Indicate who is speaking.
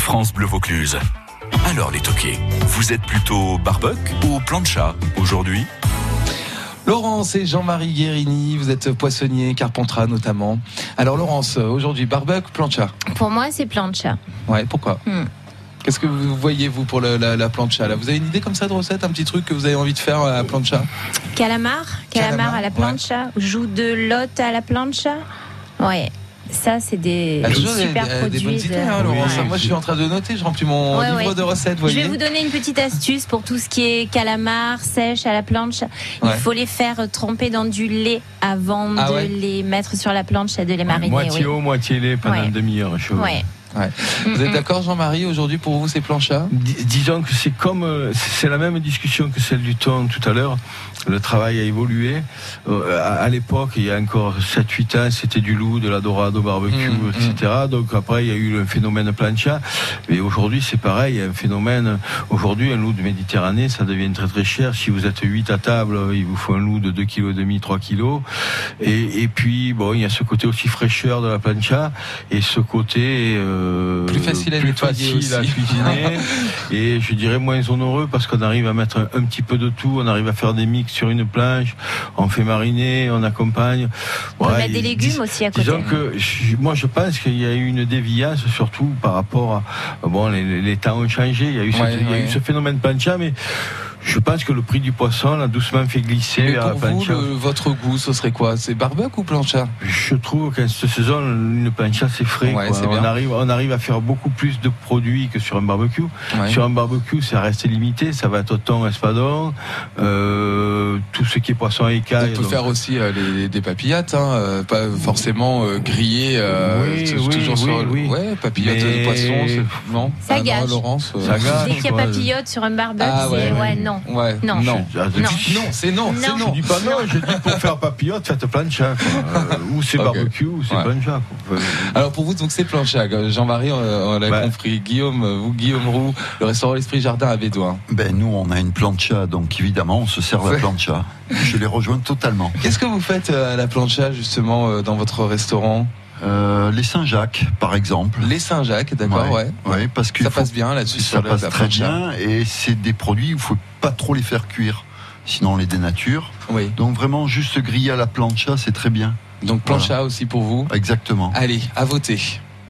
Speaker 1: France Bleu Vaucluse. Alors les toqués, vous êtes plutôt barbecue ou plancha aujourd'hui
Speaker 2: Laurence et Jean-Marie Guérini, vous êtes poissonnier, carpentras notamment. Alors Laurence, aujourd'hui barbecue, plancha.
Speaker 3: Pour moi, c'est plancha.
Speaker 2: Ouais, pourquoi
Speaker 3: Hmm.
Speaker 2: Qu'est-ce que vous voyez vous pour le- la, la plancha là Vous avez une idée comme ça de recette, un petit truc que vous avez envie de faire euh, à la plancha
Speaker 3: Calamar,
Speaker 2: Calamar,
Speaker 3: calamar à la plancha, joue de l'hôte à la plancha. Ouais, ça c'est des,
Speaker 2: Elle a
Speaker 3: des
Speaker 2: Ah, toujours des,
Speaker 3: Euh, super
Speaker 2: des- des
Speaker 3: produits.
Speaker 2: bonnes
Speaker 3: de-
Speaker 2: idées, hein, Laurence.
Speaker 3: Ouais.
Speaker 2: Moi, je suis en train de noter, je remplis mon
Speaker 3: Ouais,
Speaker 2: livre
Speaker 3: ouais.
Speaker 2: de recettes, vous
Speaker 3: Je vais
Speaker 2: voyez.
Speaker 3: vous donner une petite astuce pour tout ce qui est calamar, sèche à la planche. Il
Speaker 2: Ouais.
Speaker 3: faut les faire tremper dans du lait avant
Speaker 2: Ah
Speaker 3: de
Speaker 2: ouais
Speaker 3: les mettre sur la planche et de les mariner.
Speaker 4: moitié
Speaker 3: eh oui.
Speaker 4: eau, moitié lait pendant
Speaker 3: Ouais.
Speaker 4: une demi-heure. chaud.
Speaker 3: Ouais. Mm,
Speaker 2: Ouais. Vous êtes d'accord, Jean-Marie Aujourd'hui, pour vous, c'est plancha
Speaker 4: Dis- Disons que c'est comme euh, c'est la même discussion que celle du thon tout à l'heure. Le travail a évolué. Euh, à à l'époque, il y a encore 7-8 ans, c'était du loup, de la dorade au barbecue,
Speaker 2: Mmh,
Speaker 4: etc. Donc après, il y a eu le phénomène plancha. Mais aujourd'hui, c'est pareil. Il y a un phénomène. Aujourd'hui, un loup de Méditerranée, ça devient très très cher. Si vous êtes 8 à table, il vous faut un loup de 2,5 kg, 3 kg. Et, et puis, bon, il y a ce côté aussi fraîcheur de la plancha et ce côté euh,
Speaker 2: Plus facile à
Speaker 4: plus
Speaker 2: nettoyer
Speaker 4: facile à
Speaker 2: aussi.
Speaker 4: cuisiner et je dirais moins onéreux parce qu'on arrive à mettre un, un petit peu de tout, on arrive à faire des mix sur une planche, on fait mariner, on accompagne.
Speaker 3: On
Speaker 4: Voilà,
Speaker 3: a des
Speaker 4: et
Speaker 3: légumes
Speaker 4: dis-
Speaker 3: aussi à côté.
Speaker 4: Disons que je- moi je pense qu'il y a eu une déviance surtout par rapport à bon les- les, les temps ont changé, il y a eu, cette-
Speaker 2: Ouais,
Speaker 4: il y a
Speaker 2: ouais.
Speaker 4: eu ce phénomène plancha mais je pense que le prix du poisson l'a doucement fait glisser
Speaker 2: Et
Speaker 4: vers la
Speaker 2: pour vous,
Speaker 4: plancha.
Speaker 2: le- votre goût, ce serait quoi C'est barbecue ou plancha
Speaker 4: Je trouve qu'en cette saison une plancha c'est frais
Speaker 2: Ouais,
Speaker 4: quoi.
Speaker 2: c'est bien.
Speaker 4: on arrive on arrive à faire beaucoup plus de produits que sur un barbecue.
Speaker 2: Ouais.
Speaker 4: Sur un barbecue, ça reste limité. Ça va être au thon, espadon, euh, tout ce qui est poisson et
Speaker 2: On
Speaker 4: écaille.
Speaker 2: peut faire aussi euh, les- des papillotes, hein, euh, pas forcément euh, grillées. euh,
Speaker 4: Oui,
Speaker 2: t-
Speaker 4: oui,
Speaker 2: toujours
Speaker 4: oui,
Speaker 2: sur,
Speaker 4: oui.
Speaker 2: Ouais, papillotes
Speaker 4: Mais-
Speaker 2: de poisson, c'est- non
Speaker 3: Ça
Speaker 2: Ah non,
Speaker 3: gâche.
Speaker 2: Laurence, euh,
Speaker 4: Ça gâche.
Speaker 3: Dès qu'il y a
Speaker 4: Ouais.
Speaker 3: papillote sur un barbecue,
Speaker 2: Ah ouais,
Speaker 3: c'est-
Speaker 2: ouais.
Speaker 3: ouais, non.
Speaker 2: Ouais.
Speaker 3: Non.
Speaker 2: Non.
Speaker 4: Je, je-
Speaker 3: Non.
Speaker 2: Non, c'est non, c'est
Speaker 3: Non.
Speaker 2: non.
Speaker 4: je dis pas non, je dis pour faire papillote, faites plancha. quoi. Euh, ou c'est
Speaker 2: Ok.
Speaker 4: barbecue, ou c'est
Speaker 2: Ouais.
Speaker 4: plancha. quoi. Enfin,
Speaker 2: Alors pour vous, donc c'est plancha. Jean-Marie, on, on l'a
Speaker 4: Bah.
Speaker 2: compris. Guillaume, euh, vous, Guillaume Roux, le restaurant L'Esprit Jardin à Bédouin.
Speaker 5: Ben nous, on a une plancha, donc évidemment, on se sert la plancha. Je les rejoins totalement.
Speaker 2: Qu'est-ce que vous faites euh, à la plancha, justement, euh, dans votre restaurant
Speaker 5: Euh, les Saint-Jacques, par exemple.
Speaker 2: Les Saint-Jacques, d'accord, ouais.
Speaker 5: Ouais, parce que
Speaker 2: Ça passe bien là-dessus
Speaker 5: ça
Speaker 2: sur la,
Speaker 5: passe
Speaker 2: la
Speaker 5: très
Speaker 2: plancha.
Speaker 5: bien et c'est des produits où il faut pas trop les faire cuire, sinon on les dénature.
Speaker 2: Oui.
Speaker 5: Donc vraiment, juste griller à la plancha, c'est très bien.
Speaker 2: Donc plancha aussi pour vous.
Speaker 5: Exactement.
Speaker 2: Allez, à voter.